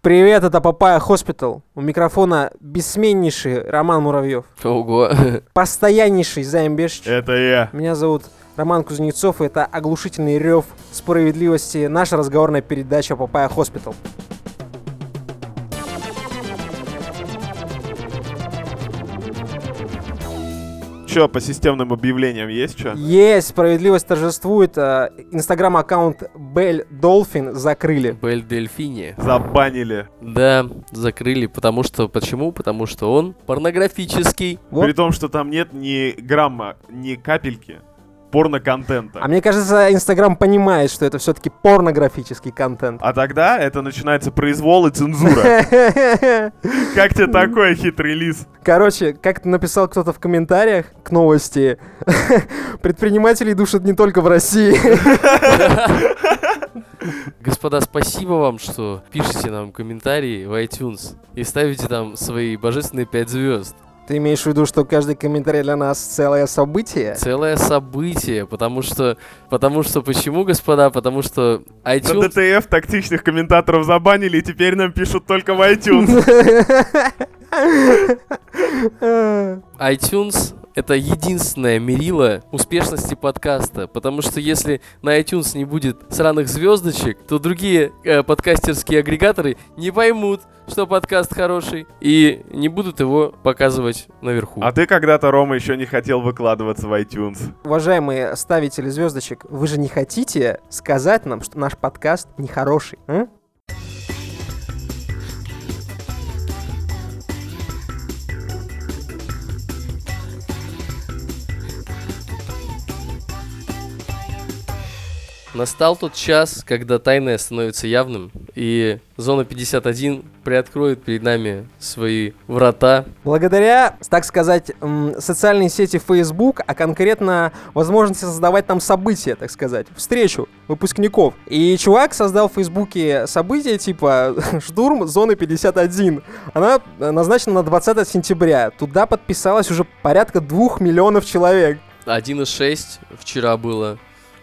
Привет, это Папая Хоспитал. У микрофона бессменнейший Роман Муравьев. Ого. Постояннейший Займбешч. Это я. Меня зовут Роман Кузнецов, и это оглушительный рев справедливости, наша разговорная передача Папая Хоспитал. Че, по системным объявлениям есть что? Есть, справедливость торжествует. а, Инстаграм-аккаунт Бель Долфин закрыли. Бель Дельфини. Забанили. Да, закрыли, потому что... Почему? Потому что он порнографический. Вот. При том, что там нет ни грамма, ни капельки порно-контента. А мне кажется, Инстаграм понимает, что это все-таки порнографический контент. А тогда это начинается произвол и цензура. Как тебе такой хитрый лис? Короче, как написал кто-то в комментариях к новости, предпринимателей душат не только в России. Господа, спасибо вам, что пишете нам комментарии в iTunes и ставите там свои божественные 5 звезд. Ты имеешь в виду, что каждый комментарий для нас целое событие? Целое событие, потому что... Потому что почему, господа? Потому что На iTunes... ДТФ тактичных комментаторов забанили, и теперь нам пишут только в Ну. iTunes. iTunes это единственное мерило успешности подкаста, потому что если на iTunes не будет сраных звездочек, то другие э, подкастерские агрегаторы не поймут, что подкаст хороший, и не будут его показывать наверху. А ты когда-то, Рома, еще не хотел выкладываться в iTunes. Уважаемые ставители звездочек, вы же не хотите сказать нам, что наш подкаст нехороший? а? м? Настал тот час, когда тайное становится явным, и зона 51 приоткроет перед нами свои врата. Благодаря, так сказать, м, социальной сети Facebook, а конкретно возможности создавать там события, так сказать, встречу выпускников. И чувак создал в Фейсбуке событие типа «Штурм зоны 51». Она э, назначена на 20 сентября. Туда подписалось уже порядка двух миллионов человек. 1.6 вчера было,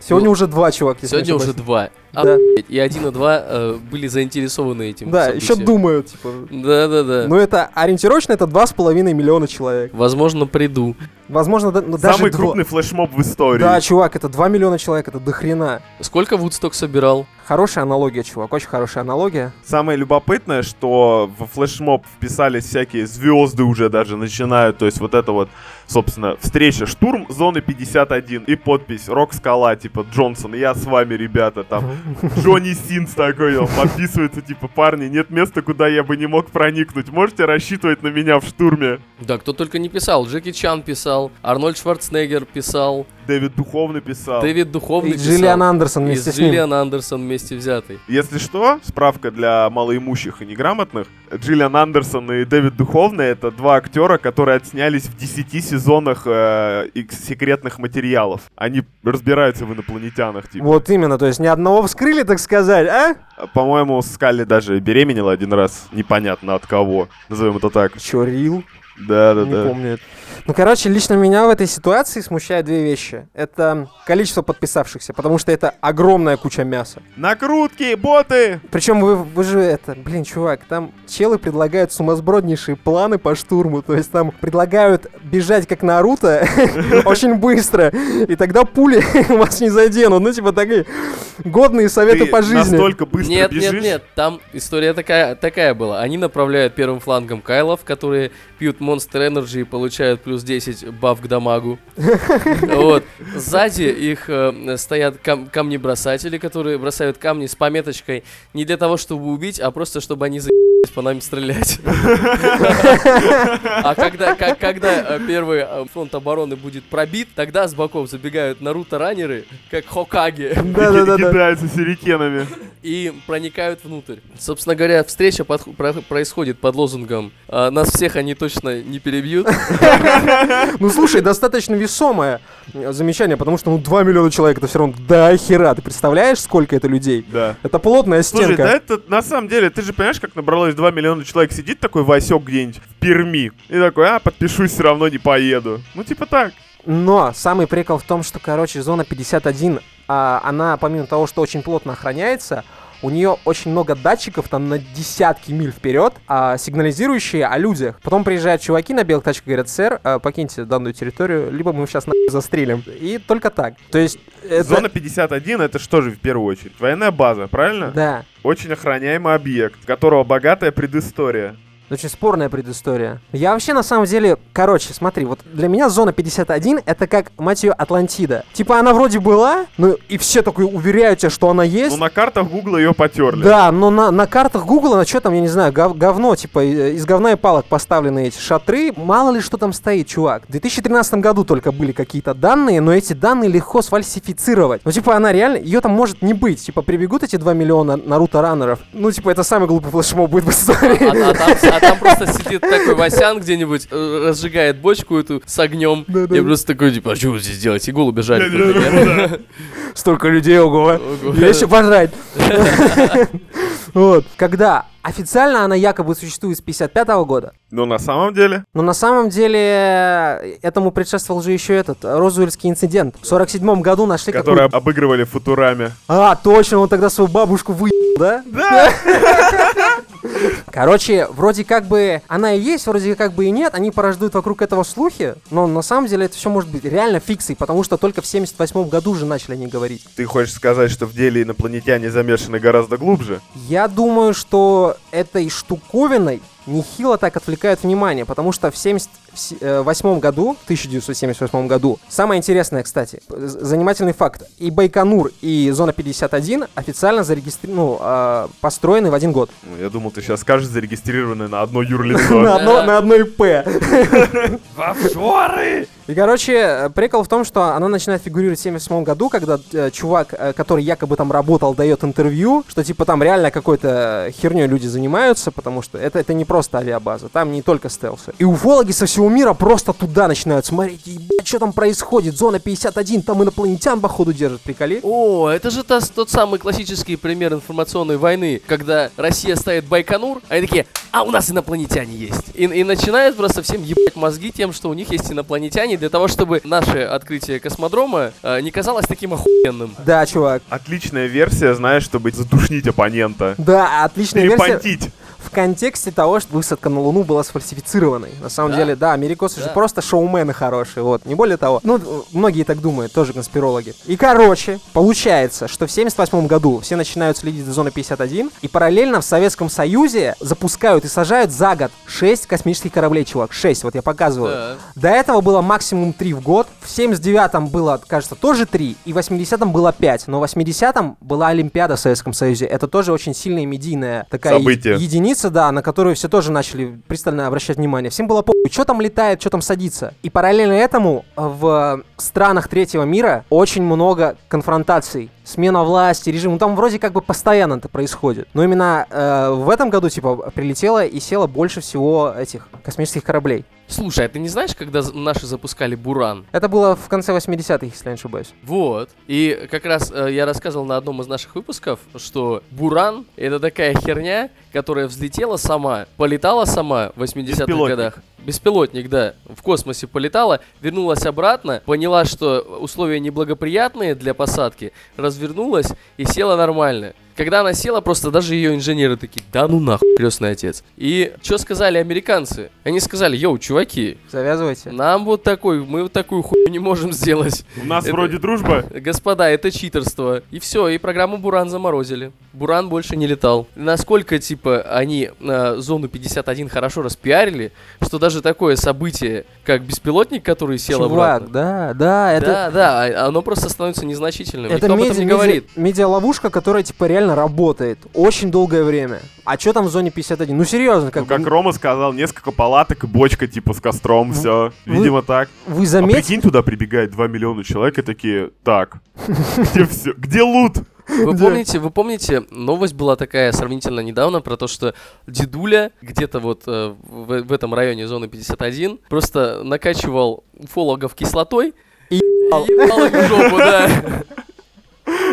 Сегодня Ну, уже два, чувак, если сегодня не уже ошибаюсь. 2. Да. И 1 и 2 э, были заинтересованы этим Да, еще событием. думают, типа. Да-да-да. Ну это ориентировочно это 2,5 миллиона человек. Возможно, приду. Возможно, да- ну, даже Самый дво- крупный флешмоб в истории. Да, чувак, это 2 миллиона человек, это дохрена. Сколько Вудсток собирал? Хорошая аналогия, чувак, очень хорошая аналогия. Самое любопытное, что в флешмоб вписались всякие звезды уже даже начинают. То есть вот это вот, собственно, встреча штурм зоны 51 и подпись Рок Скала, типа Джонсон, я с вами, ребята, там Джонни Синс такой, он подписывается, типа, парни, нет места, куда я бы не мог проникнуть, можете рассчитывать на меня в штурме. Да, кто только не писал. Джеки Чан писал, Арнольд Шварценеггер писал, Дэвид Духовный писал. Дэвид Духовный И писал. Джиллиан Андерсон И вместе с ним. Джиллиан Андерсон вместе взятый. Если что, справка для малоимущих и неграмотных. Джиллиан Андерсон и Дэвид Духовный — это два актера, которые отснялись в 10 сезонах э, ик- секретных материалов. Они разбираются в инопланетянах, типа. Вот именно, то есть ни одного вскрыли, так сказать, а? По-моему, Скалли даже беременела один раз, непонятно от кого. Назовем это так. Чё, Рил? Не Да-да-да. помню это. Ну, короче, лично меня в этой ситуации смущают две вещи. Это количество подписавшихся, потому что это огромная куча мяса. Накрутки, боты! Причем вы, вы же это, блин, чувак, там челы предлагают сумасброднейшие планы по штурму, то есть там предлагают бежать как Наруто очень быстро, и тогда пули вас не заденут, ну типа такие годные советы Ты по жизни. настолько быстро нет, бежишь. нет, нет, там история такая, такая была. Они направляют первым флангом Кайлов, которые пьют Monster Energy и получают плюс 10 баф к дамагу. Вот. Сзади их э, стоят кам- камни-бросатели, которые бросают камни с пометочкой не для того, чтобы убить, а просто чтобы они за***лись по нам стрелять. А когда, как- когда э, первый э, фронт обороны будет пробит, тогда с боков забегают Наруто-ранеры, как Хокаги Да, Да-да-да. Кидаются сюрикенами. и проникают внутрь. Собственно говоря, встреча подх- про- происходит под лозунгом «А, «Нас всех они точно не перебьют». А, Ну слушай, достаточно весомое э, замечание, потому что ну 2 миллиона человек это все равно до хера. Ты представляешь, сколько это людей? Да. Это плотная Слушай, да стенка. это на самом деле, ты же понимаешь, как набралось 2 миллиона человек, сидит такой Васек где-нибудь в Перми и такой, а, подпишусь, все равно не поеду. Ну, типа так. Но самый прикол в том, что, короче, зона 51, а, она, помимо того, что очень плотно охраняется, у нее очень много датчиков, там на десятки миль вперед, а, сигнализирующие о людях. Потом приезжают чуваки на белых тачках и говорят, сэр, а, покиньте данную территорию, либо мы сейчас нахуй застрелим. И только так. То есть... это- Зона 51 это что же в первую очередь? Военная база, правильно? Да. Очень охраняемый объект, у которого богатая предыстория. Очень спорная предыстория. Я вообще на самом деле, короче, смотри, вот для меня зона 51 это как, мать ее, Атлантида. Типа она вроде была, ну и все такой уверяют тебя, что она есть. Ну на картах Гугла ее потерли. Да, но на, на картах Гугла, на что там, я не знаю, гов- говно, типа, э, из говна и палок поставлены эти шатры. Мало ли что там стоит, чувак. В 2013 году только были какие-то данные, но эти данные легко сфальсифицировать. Ну, типа, она реально, ее там может не быть. Типа, прибегут эти 2 миллиона Наруто-раннеров. Ну, типа, это самый глупый флешмоб будет в истории. А, а там, а там просто сидит такой Васян где-нибудь, э, разжигает бочку эту с огнем. Да-да. Я просто такой, типа, а что вы здесь делаете? Игул убежали. Столько людей, ого. Ого. Я еще пожрать. Вот. Когда официально она якобы существует с 55 года, Но на самом деле... Но на самом деле э, этому предшествовал же еще этот э, Розуэльский инцидент. В 47 году нашли Которые какую об- обыгрывали футурами. А, точно, он тогда свою бабушку выебал, да? Да! Короче, вроде как бы она и есть, вроде как бы и нет. Они порождают вокруг этого слухи, но на самом деле это все может быть реально фиксой, потому что только в 78 году же начали они говорить. Ты хочешь сказать, что в деле инопланетяне замешаны гораздо глубже? Я думаю, что этой штуковиной нехило так отвлекают внимание, потому что в 78 году, в 1978 году, самое интересное, кстати, з- занимательный факт, и Байконур, и Зона 51 официально зарегистри... ну, а, построены в один год. Ну, я думал, ты сейчас скажешь зарегистрированное на одно На, юрлицо. одно, на одной П. В офшоры! И, короче, э, прикол в том, что она начинает фигурировать в 78 году, когда э, чувак, э, который якобы там работал, дает интервью, что типа там реально какой-то херней люди занимаются, потому что это, это не просто авиабаза, там не только стелсы. И уфологи со всего мира просто туда начинают смотреть, ебать, что там происходит, зона 51, там инопланетян походу держат, приколи. О, это же та- тот самый классический пример информационной войны, когда Россия ставит Байконур, а они такие, а у нас инопланетяне есть. И, и начинают просто всем ебать мозги тем, что у них есть инопланетяне, для того, чтобы наше открытие космодрома э, не казалось таким охуенным. Да, чувак. Отличная версия, знаешь, чтобы задушнить оппонента. Да, отличная версия. Перепонтить. в контексте того, что высадка на Луну была сфальсифицированной. На самом Да. деле, да, америкосы Да. же просто шоумены хорошие, вот, не более того. Ну, э, многие так думают, тоже конспирологи. И, короче, получается, что в 78 году все начинают следить за зоной 51, и параллельно в Советском Союзе запускают и сажают за год 6 космических кораблей, чувак, 6, вот я показываю. Да. До этого было максимум 3 в год, в 79-м было, кажется, тоже 3, и в 80-м было 5, но в 80-м была Олимпиада в Советском Союзе. Это тоже очень сильная медийная такая Событие. е- единица, да, на которую все тоже начали пристально обращать внимание. Всем было похуй, что там летает, что там садится. И параллельно этому э, в странах третьего мира очень много конфронтаций. Смена власти, режим. Ну, там вроде как бы постоянно это происходит. Но именно э, в этом году, типа, прилетело и село больше всего этих космических кораблей. Слушай, а ты не знаешь, когда за- наши запускали Буран? Это было в конце 80-х, если я не ошибаюсь. Вот. И как раз э, я рассказывал на одном из наших выпусков, что Буран — это такая херня, которая взлетела сама, полетала сама в 80-х Беспилотник. годах. Беспилотник, да. В космосе полетала, вернулась обратно, поняла, что условия неблагоприятные для посадки, развернулась и села нормально. Когда она села, просто даже ее инженеры такие, да ну нахуй, крестный отец. И что сказали американцы? Они сказали, йоу, чуваки, Завязывайте. нам вот такой, мы вот такую хуйню не можем сделать. У нас Это- вроде дружба. Господа, это читерство. И все, и программу Буран заморозили. Буран больше не летал. Насколько, типа, они э, зону 51 хорошо распиарили, что даже такое событие, как беспилотник, который сел Чувак, обратно. да, да, это... Да, да, а- оно просто становится незначительным. Это Никто об меди- этом не меди- говорит. медиаловушка, которая типа реально работает очень долгое время. А что там в зоне 51? Ну серьезно, как, Ну, как вы- Рома сказал, несколько палаток и бочка типа с костром, все. вы- Видимо, так. вы А заметили? прикинь, туда прибегает 2 миллиона человек и такие, так, где все, где лут? Вы Да. помните, вы помните, новость была такая сравнительно недавно про то, что дедуля где-то вот э, в, в этом районе зоны 51 просто накачивал уфологов кислотой И ебал их в жопу, да.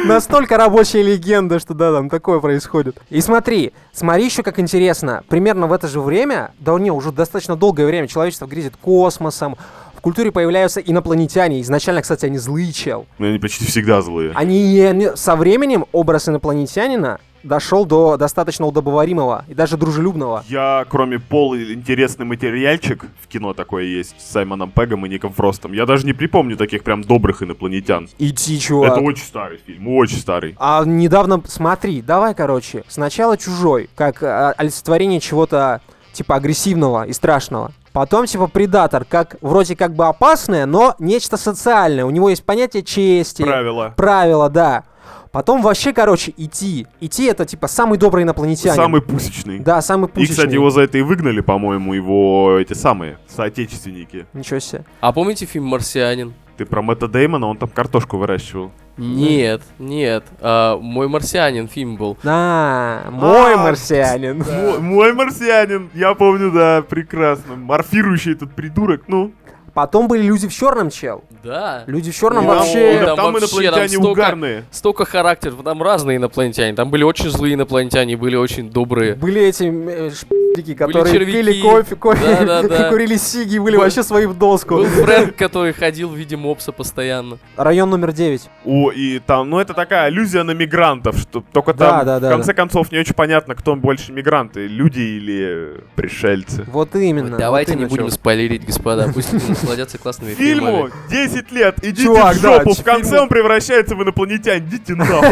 Настолько рабочая легенда, что да, там такое происходит. И смотри, смотри еще как интересно. Примерно в это же время, да не, уже достаточно долгое время человечество грезит космосом, в культуре появляются инопланетяне. Изначально, кстати, они злые чел. А Ну, они почти всегда злые. Они, не- не- со временем образ инопланетянина дошел до достаточно удобоваримого и даже дружелюбного. Я, кроме Пола, интересный материальчик в кино такое есть с Саймоном Пегом и Ником Фростом. Я даже не припомню таких прям добрых инопланетян. Идти, чувак. Это очень старый фильм, очень старый. А недавно, смотри, давай, короче, сначала чужой, как а, олицетворение чего-то типа агрессивного и страшного. Потом типа предатор, как вроде как бы опасное, но нечто социальное. У него есть понятие чести. Правило. Правила, да. Потом вообще, короче, идти. Идти это типа самый добрый инопланетянин. Самый пусечный. Да, самый И, пусечный. кстати, его за это и выгнали, по-моему, его эти самые соотечественники. Ничего себе. А помните фильм «Марсианин»? Ты про Мэтта Деймона, он там картошку выращивал. Нет, нет. а, мой марсианин фильм был. Да, мой А, марсианин. Мой, мой марсианин, я помню, да, прекрасно. Морфирующий этот придурок, ну. Потом были люди в черном, чел. Да. Люди в черном Там Там, вообще. да. там, там Ну, вообще, инопланетяне там столько- угарные. Столько характеров, там разные инопланетяне. Там были очень злые инопланетяне, были очень добрые. Были эти э, шпики, которые червяки. пили кофе, кофе Да-да-да. курили сиги и были Был- вообще свои в доску. Был Фрэнк, который ходил в виде мопса постоянно. Район номер 9. О, и там, ну это такая аллюзия на мигрантов, что только Да, там, да, да, в конце концов, не очень понятно, кто больше мигранты, люди или э, пришельцы. Вот именно. Давайте вот не именно, будем чел. спойлерить, господа. Пусть люди насладятся классными Фильму фильмами. 10 лет, идите Чувак, в да, жопу, в конце фильму. он превращается в инопланетян, идите нахуй.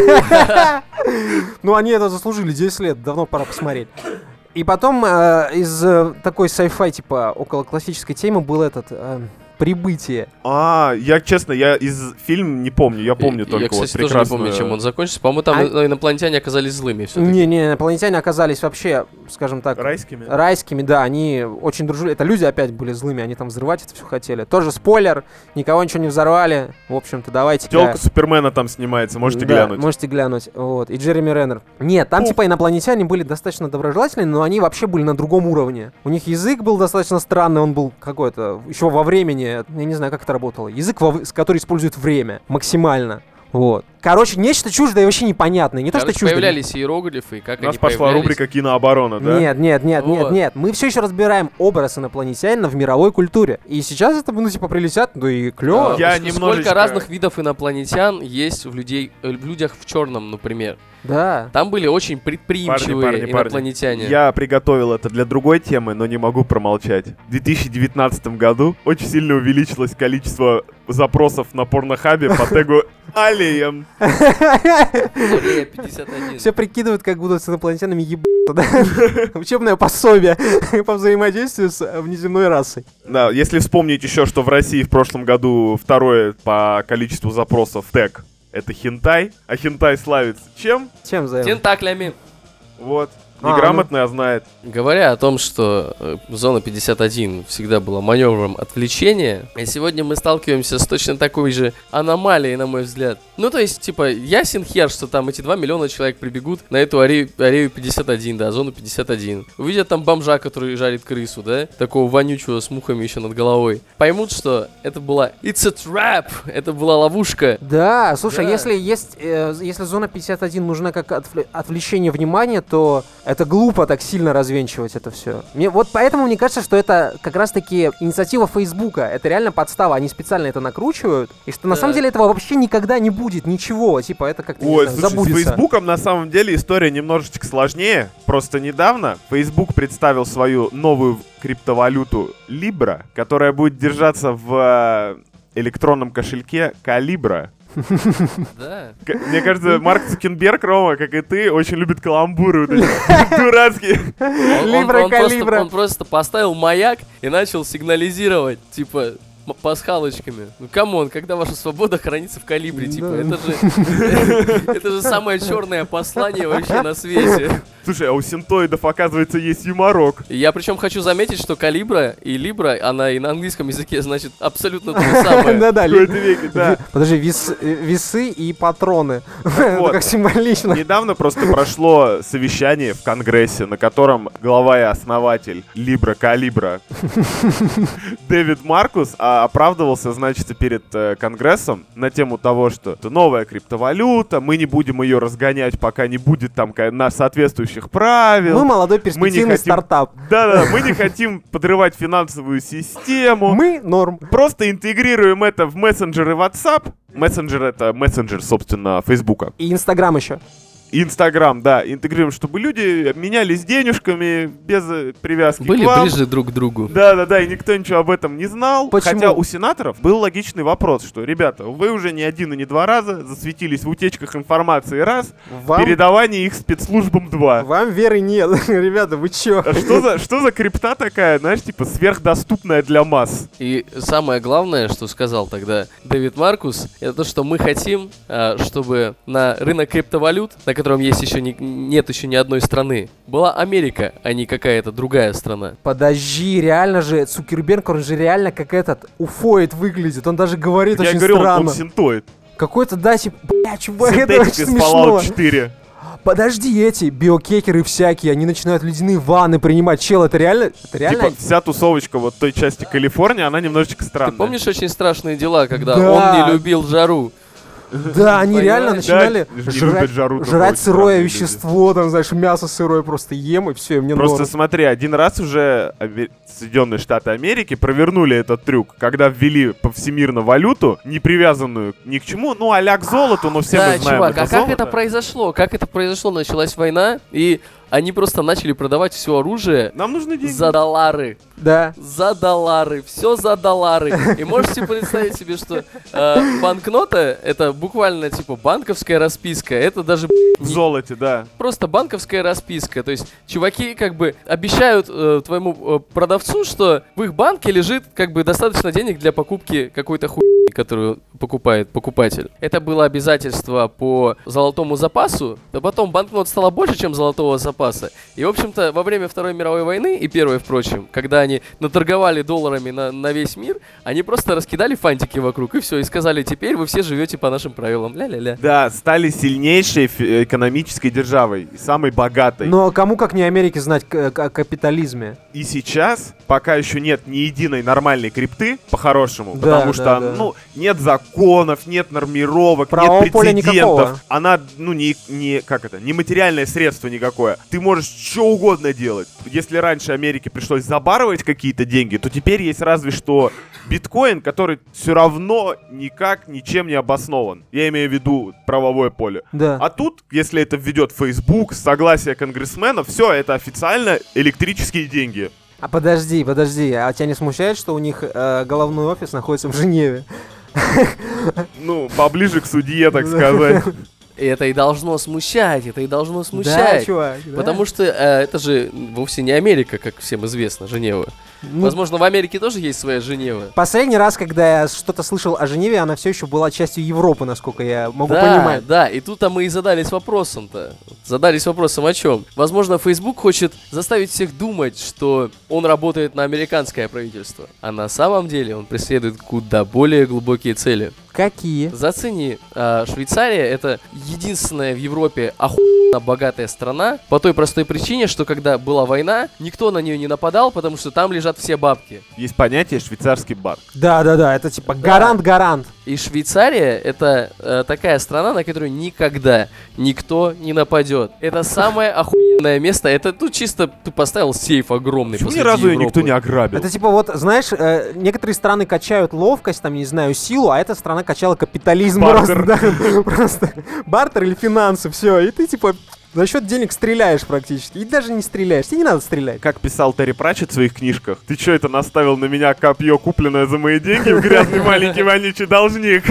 Ну, они это заслужили 10 лет, давно пора посмотреть. И потом э, из э, такой sci-fi, типа, около классической темы был этот... э, Прибытие. А, я, честно, я из фильм не помню, я помню Я, только вот кстати, тоже не помню, прекрасную- чем он закончится. По-моему, там А- и- инопланетяне оказались злыми все-таки. Не-не, инопланетяне оказались вообще, скажем так, Райскими? райскими, да, они очень дружили. Это люди опять были злыми, они там взрывать это все хотели. Тоже спойлер, никого ничего не взорвали. В общем-то, давайте. Телка Супермена там снимается, можете Да, глянуть. Можете глянуть. Вот. И Джереми Реннер. Нет, там Ух. типа инопланетяне были достаточно доброжелательны, но они вообще были на другом уровне. У них язык был достаточно странный, он был какой-то еще во времени. Я не знаю, как это работало. Язык, во вре- с который использует время максимально. Вот. Короче, нечто чуждое и вообще непонятное. Не то, Короче, что чуждое. появлялись иероглифы, и как У нас они пошла появлялись. рубрика кинооборона, да? Нет, нет, нет, нет, Вот. нет. Мы все еще разбираем образ инопланетянина в мировой культуре. И сейчас это, ну, типа, прилетят, ну и А, клево. Я ск- немножечко- Сколько разных видов инопланетян есть в, людей, э, в людях в черном, например. Да. Там были очень предприимчивые Парни, парни, парни. инопланетяне. Я приготовил это для другой темы, но не могу промолчать. В 2019 году очень сильно увеличилось количество запросов на порнохабе по тегу Алиен. Корея 51. Все прикидывают, как будут с инопланетянами ебаться, да? Учебное пособие по взаимодействию с э, внеземной расой. Да, если вспомнить еще, что в России в прошлом году второе по количеству запросов тег это хентай, а хентай славится чем? Чем за Тентаклями. Вот. А, Неграмотная знает. Говоря о том, что э, зона 51 всегда была маневром отвлечения, и сегодня мы сталкиваемся с точно такой же аномалией, на мой взгляд. Ну, то есть, типа, ясен хер, что там эти 2 миллиона человек прибегут на эту арею, арею 51, да, зону 51. Увидят там бомжа, который жарит крысу, да, такого вонючего с мухами еще над головой. Поймут, что это была It's a trap, это была ловушка. Да, слушай, Да. если есть, э, если зона 51 нужна как отвле- отвлечение внимания, то это глупо так сильно развенчивать это все. Мне, вот поэтому мне кажется, что это как раз-таки инициатива Фейсбука. Это реально подстава, они специально это накручивают, и что на Да. самом деле этого вообще никогда не будет, ничего, типа это как-то не Ой, знаю, слушай, с забудется. Фейсбуком на самом деле история немножечко сложнее. Просто недавно Facebook представил свою новую криптовалюту Libra, которая будет держаться в э, электронном кошельке Калибра. Да. К- Мне кажется, Марк Цукенберг, Рома, как и ты, очень любит каламбуры вот эти дурацкие. Он- он- Либра он просто- калибра. Он просто поставил маяк и начал сигнализировать, типа, м- пасхалочками. Ну, камон, когда ваша свобода хранится в калибре, типа, Да. это же... Это же самое черное послание вообще на свете. Слушай, а у синтоидов, оказывается, есть юморок. И Я причем хочу заметить, что калибра и либра, она и на английском языке значит абсолютно то же самое. Да-да, В ли- кои-то веки, да. Подожди, вес- э, весы и патроны. Это вот. как символично. Недавно просто прошло совещание в Конгрессе, на котором глава и основатель Либра Калибра Дэвид Маркус а, оправдывался, значит, перед э, Конгрессом на тему того, что это новая криптовалюта, мы не будем ее разгонять, пока не будет там ка- на соответствующих Мы правил. молодой перспективный хотим- стартап. Да-да, мы не хотим подрывать финансовую систему. Мы норм. Просто интегрируем это в мессенджер и WhatsApp. Мессенджер — это мессенджер, собственно, Фейсбука. И Инстаграм еще. Инстаграм, да, интегрируем, чтобы люди менялись денежками без э, привязки Были к вам. ближе друг к другу. Да, да, да, и никто ничего об этом не знал. Почему? Хотя у сенаторов был логичный вопрос, что, ребята, вы уже не один и не два раза засветились в утечках информации раз, Вам, передавание их спецслужбам два. вам веры нет. Ребята, вы чё? А Что за, что за крипта такая, знаешь, типа сверхдоступная для масс? И самое главное, что сказал тогда Дэвид Маркус, это то, что мы хотим, а, чтобы на рынок криптовалют, на котором есть еще ни- нет еще ни одной страны, была Америка, а не какая-то другая страна. Подожди, реально же, Цукерберг, он же реально как этот уфоид выглядит. Он даже говорит Я очень говорю, он, он странно. синтоид. Какой-то, да, типа, бля, чувак, это Синтетик очень из смешно. Fallout 4. Подожди, эти биокекеры всякие, они начинают ледяные ванны принимать. Чел, это реально? Это реально? Типа вся тусовочка вот той части Калифорнии, она немножечко странная. Ты помнишь очень страшные дела, когда Да. он не любил жару? Да, они реально Понимаешь? начинали Да, не жрать, любят жару, жрать сырое короче, странные вещество, там, знаешь, мясо сырое просто ем, и все, и мне Просто норм. смотри, один раз уже Амер- Соединенные Штаты Америки провернули этот трюк, когда ввели повсемирно валюту, не привязанную ни к чему, ну а к золоту, но все да, мы знаем чувак, это а как золото. это произошло? Как это произошло? Началась война, и они просто начали продавать все оружие Нам нужны деньги. за доллары. Да. За доллары, все за доллары. И можете представить себе, что э, банкнота это буквально типа банковская расписка. Это даже В золоте, да. просто банковская расписка. То есть чуваки как бы обещают э, твоему э, продавцу, что в их банке лежит как бы достаточно денег для покупки какой-то хуйни, которую покупает покупатель. Это было обязательство по золотому запасу, но потом банкнот стало больше, чем золотого запаса. И, в общем-то, во время Второй мировой войны и Первой, впрочем, когда они наторговали долларами на, на весь мир, они просто раскидали фантики вокруг и все, и сказали, теперь вы все живете по нашим правилам. Ля-ля-ля. Да, стали сильнейшей фи- экономической державой и самой богатой. Но кому как не Америке знать к- к- о капитализме? И сейчас пока еще нет ни единой нормальной крипты, по-хорошему, Да, да, потому что, да. ну, нет законов, нет нормировок, Правового нет поля прецедентов. никакого. Она, ну, не, не, как это, не материальное средство никакое. Ты можешь что угодно делать. Если раньше Америке пришлось забарывать какие-то деньги, то теперь есть разве что биткоин, который все равно никак ничем не обоснован. Я имею в виду правовое поле. Да. А тут, если это введет Facebook, согласие конгрессменов, все, это официально электрические деньги. А подожди, подожди, а тебя не смущает, что у них э, головной офис находится в Женеве? Ну, поближе к судье, так сказать. И это и должно смущать, это и должно Да, смущать. чувак, да. Потому что э, это же вовсе не Америка, как всем известно, Женева. Ну, Возможно, в Америке тоже есть своя Женева. Последний раз, когда я что-то слышал о Женеве, она все еще была частью Европы, насколько я могу да, понимать. да, и тут-то мы и задались вопросом-то. Задались вопросом о чем? Возможно, Facebook хочет заставить всех думать, что он работает на американское правительство. А на самом деле он преследует куда более глубокие цели. Какие? Зацени, а, Швейцария это единственная в Европе охуенно богатая страна по той простой причине, что когда была война, никто на нее не нападал, потому что там лежат все бабки. Есть понятие швейцарский бар. Да-да-да, это типа гарант-гарант. И Швейцария это э, такая страна, на которую никогда никто не нападет. Это самое охуенное место. Это тут чисто ты поставил сейф огромный. Почему ни посреди разу ее Европы. никто не ограбил? Это типа вот, знаешь, э, некоторые страны качают ловкость, там, не знаю, силу, а эта страна качала капитализм. Бартер. Просто, да, просто бартер или финансы, все. И ты типа за счет денег стреляешь практически. И даже не стреляешь. Тебе не надо стрелять. Как писал Терри Пратчетт в своих книжках, ты чё это наставил на меня копье, купленное за мои деньги, в грязный маленький вонючий должник?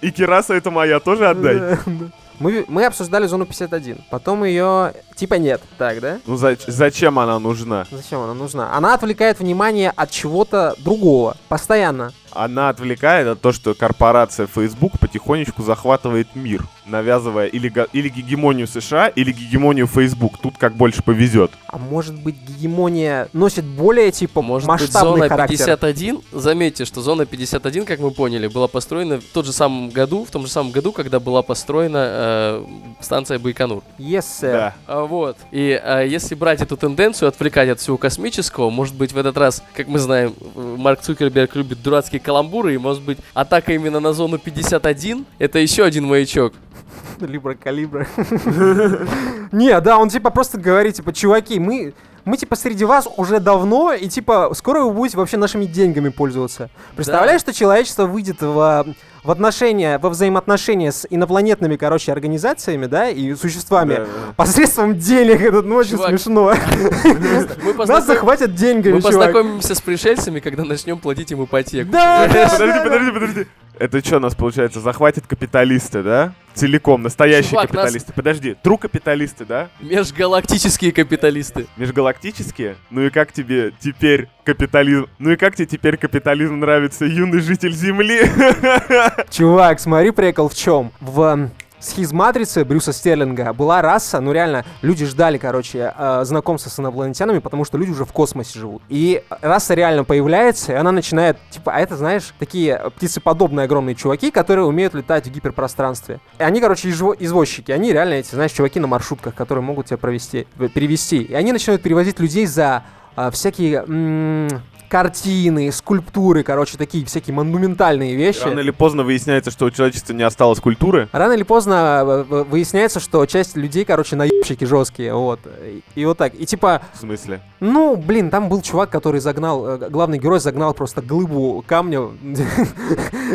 И кераса это моя, тоже отдай. Да, да. Мы, мы обсуждали зону 51. Потом ее типа нет. Так, да? Ну зач- зачем она нужна? Зачем она нужна? Она отвлекает внимание от чего-то другого. Постоянно. Она отвлекает от то, что корпорация Facebook потихонечку захватывает мир, навязывая или, га- или гегемонию США, или гегемонию Facebook. Тут как больше повезет. А может быть, гегемония носит более типа Может быть, масштабный зона характер. 51, заметьте, что зона 51, как мы поняли, была построена в тот же самом году, в том же самом году, когда была построена э, станция Байконур. Yes, sir. Да. А, Вот. И а, если брать эту тенденцию, отвлекать от всего космического, может быть, в этот раз, как мы знаем, э, Марк Цукерберг любит дурацкие каламбуры, и, может быть, атака именно на зону 51 — это еще один маячок. Либра калибра. Не, да, он типа просто говорит, типа, чуваки, мы, мы типа среди вас уже давно, и типа скоро вы будете вообще нашими деньгами пользоваться. Представляешь, что человечество выйдет в, а, в в отношения, во взаимоотношения с инопланетными, короче, организациями, да, и существами Да, да. посредством денег. Это ну, очень Чувак. смешно. Мы, Нас познаком- захватят деньгами, мы чувак. познакомимся с пришельцами, когда начнем платить им ипотеку. Да, да, Подожди, да, подожди, подожди. Это что нас получается? Захватят капиталисты, да? Целиком, настоящие Чувак, нас- капиталисты. Подожди, тру капиталисты, да? Межгалактические капиталисты. Межгалактические? Ну и как тебе теперь капитализм? Ну и как тебе теперь капитализм нравится, юный житель Земли? Чувак, смотри, прикол в чем? В м, схизматрице Брюса Стерлинга была раса, ну реально, люди ждали, короче, э, знакомства с инопланетянами, потому что люди уже в космосе живут. И раса реально появляется, и она начинает, типа, а это, знаешь, такие птицеподобные огромные чуваки, которые умеют летать в гиперпространстве. И они, короче, изво- извозчики, они реально эти, знаешь, чуваки на маршрутках, которые могут тебя провести, э, перевести. И они начинают перевозить людей за а, всякие м, картины, скульптуры, короче, такие всякие монументальные вещи. Рано или поздно выясняется, что у человечества не осталось культуры. Рано или поздно э, в- выясняется, что часть людей, короче, наебщики жесткие, вот. И- И вот так. И типа, В смысле? ну, блин, там был чувак, который загнал, э, г- главный герой загнал просто глыбу камня.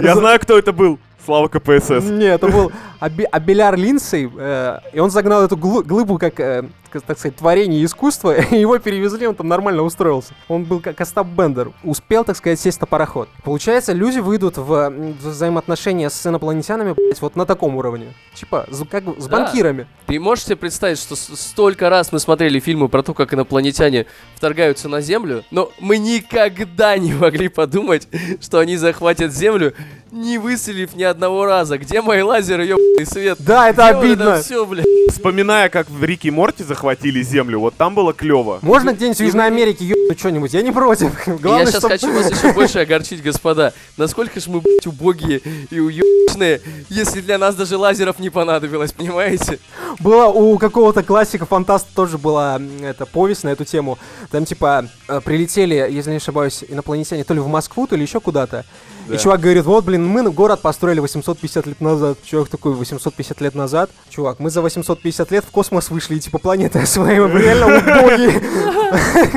Я знаю, кто это был. Слава КПСС. Не, это был Аби- Абеляр Линсей, э, и он загнал эту глы- глыбу как, э, ска- так сказать, творение искусства, и его перевезли, он там нормально устроился. Он был как Остап Бендер, успел, так сказать, сесть на пароход. Получается, люди выйдут в м, в взаимоотношения с инопланетянами, блядь, вот на таком уровне. Типа, з- как бы с Да. банкирами. Ты можешь себе представить, что с- столько раз мы смотрели фильмы про то, как инопланетяне вторгаются на Землю, но мы никогда не могли подумать, что они захватят Землю, не выстрелив ни одного раза. Где мои лазеры, ёбаный свет? Да, это обидно. все, блядь. Вспоминая, как в Рике и Морти захватили землю, вот там было клево. Можно где-нибудь в Южной Америке ебнуть что-нибудь? Я не против. Главное, Я сейчас чтоб- хочу вас еще больше огорчить, господа. Насколько ж мы, блядь, убогие и уебищные, если для нас даже лазеров не понадобилось, понимаете? Была у какого-то классика фантаста тоже была м, эта повесть на эту тему. Там типа э, прилетели, если не ошибаюсь, инопланетяне то ли в Москву, то ли еще куда-то. Да. И чувак говорит, вот, блин, мы город построили 850 лет назад. Чувак такой, 850 лет назад? Чувак, мы за 850 лет в космос вышли, и типа планеты осваиваем. Вы Реально убогие.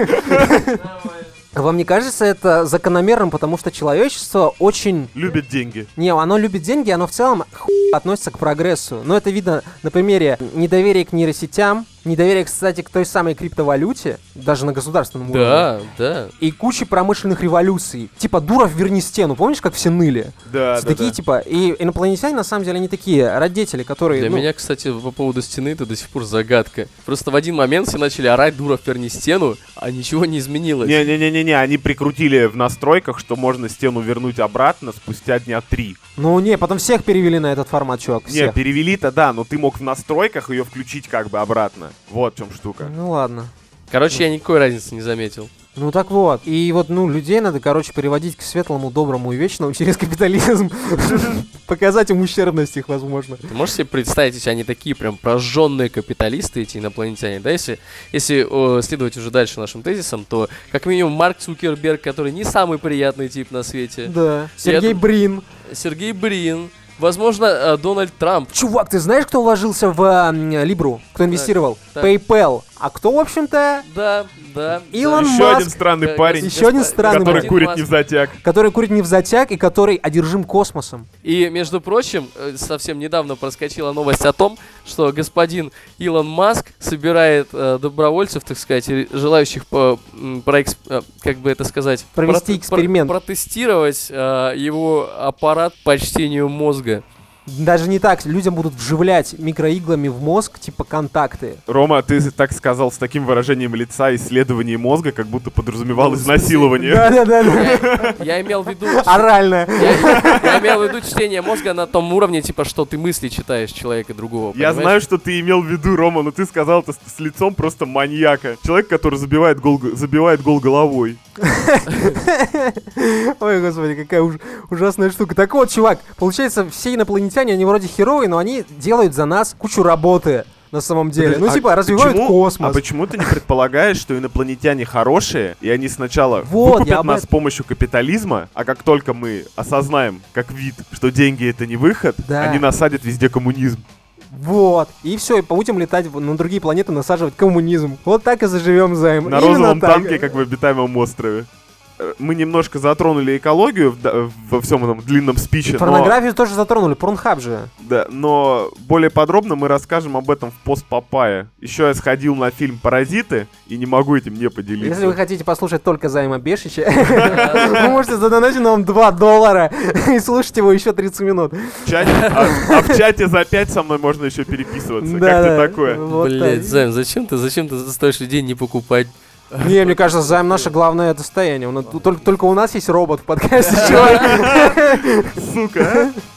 Вам не кажется это закономерным, потому что человечество очень Любят деньги. не, оно любит деньги, оно в целом хуй относится к прогрессу. Но это видно на примере недоверия к нейросетям, недоверия, кстати, к той самой криптовалюте, даже на государственном уровне. Да, да. И кучи промышленных революций. Типа, Дуров, верни стену. Помнишь, как все ныли? Да, да, такие, да. типа, и инопланетяне, на самом деле, они такие родители, которые... Для ну, меня, кстати, по поводу стены это до сих пор загадка. Просто в один момент все начали орать, дуров, верни стену, а ничего не изменилось. Не-не-не-не, они прикрутили в настройках, что можно стену вернуть обратно спустя дня три. Ну, не, потом всех перевели на этот формат, чувак, Не, всех. перевели-то да, но ты мог в настройках ее включить как бы обратно. Вот в чем штука. Ну, ладно. Короче, я никакой разницы не заметил. Ну, так вот. И вот, ну, людей надо, короче, переводить к светлому, доброму и вечному через капитализм. Показать им ущербность их, возможно. Ты можешь себе представить, если они такие прям прожженные капиталисты, эти инопланетяне, да, если, если э, следовать уже дальше нашим тезисам, то как минимум Марк Цукерберг, который не самый приятный тип на свете, Да. Сергей Сергей Брин. Сергей Брин, возможно, э, Дональд Трамп. Чувак, ты знаешь, кто вложился в э, м, Либру? Кто инвестировал? так. PayPal. А кто, в общем-то, Да, да. Илон да. М- Еще Маск, один странный Да, парень, Еще один господин- странный который парень. курит Маск. не в затяг. который курит не в затяг и который одержим космосом? И, между прочим, э, совсем недавно проскочила новость о том, что господин Илон Маск собирает э, добровольцев, так сказать, и желающих по, м, проэкс- э, как бы это сказать, Провести прот- эксперимент. про- протестировать э, его аппарат по чтению мозга. Даже не так. Людям будут вживлять микроиглами в мозг, типа контакты. Рома, ты так сказал с таким выражением лица исследование мозга, как будто подразумевал Ну, изнасилование. Да-да-да. Я имел в виду, А Орально. я, я имел в виду чтение мозга на том уровне, типа, что ты мысли читаешь человека другого. Я понимаешь? знаю, что ты имел в виду, Рома, но ты сказал это с, с лицом просто маньяка. Человек, который забивает гол, г- забивает гол головой. Ой, господи, какая уж- ужасная штука. Так вот, чувак, получается, все инопланетяне, они вроде херовые, но они делают за нас кучу работы на самом деле. Ну, А типа, развивают почему- А космос. почему ты не предполагаешь, что инопланетяне хорошие, и они сначала Вот, я выкупят об нас с этом. помощью капитализма, а как только мы осознаем, как вид, что деньги это не выход, Да. они насадят везде коммунизм. Вот. И все, и будем летать в- на другие планеты, насаживать коммунизм. Вот так и заживем займ. На Именно розовом так. танке, как в обитаемом острове. э, мы немножко затронули экологию в да- во всем этом длинном спиче, но, Порнографию тоже затронули, порнхаб же. да, но более подробно мы расскажем об этом в пост Папая. Еще я сходил на фильм «Паразиты» и не могу этим не поделиться. Если вы хотите послушать только Займа Бешича, вы можете задонатить нам 2 доллара и слушать его еще 30 минут. В чате- а, а в чате за 5 со мной можно еще переписываться. Как Да-да, ты такое? вот Блять, так. Займ, зачем ты, зачем ты заставишь людей не покупать? Не, мне кажется, Займ наше главное достояние. У нас- Только только у нас есть робот в подкасте, чувак. Сука, а?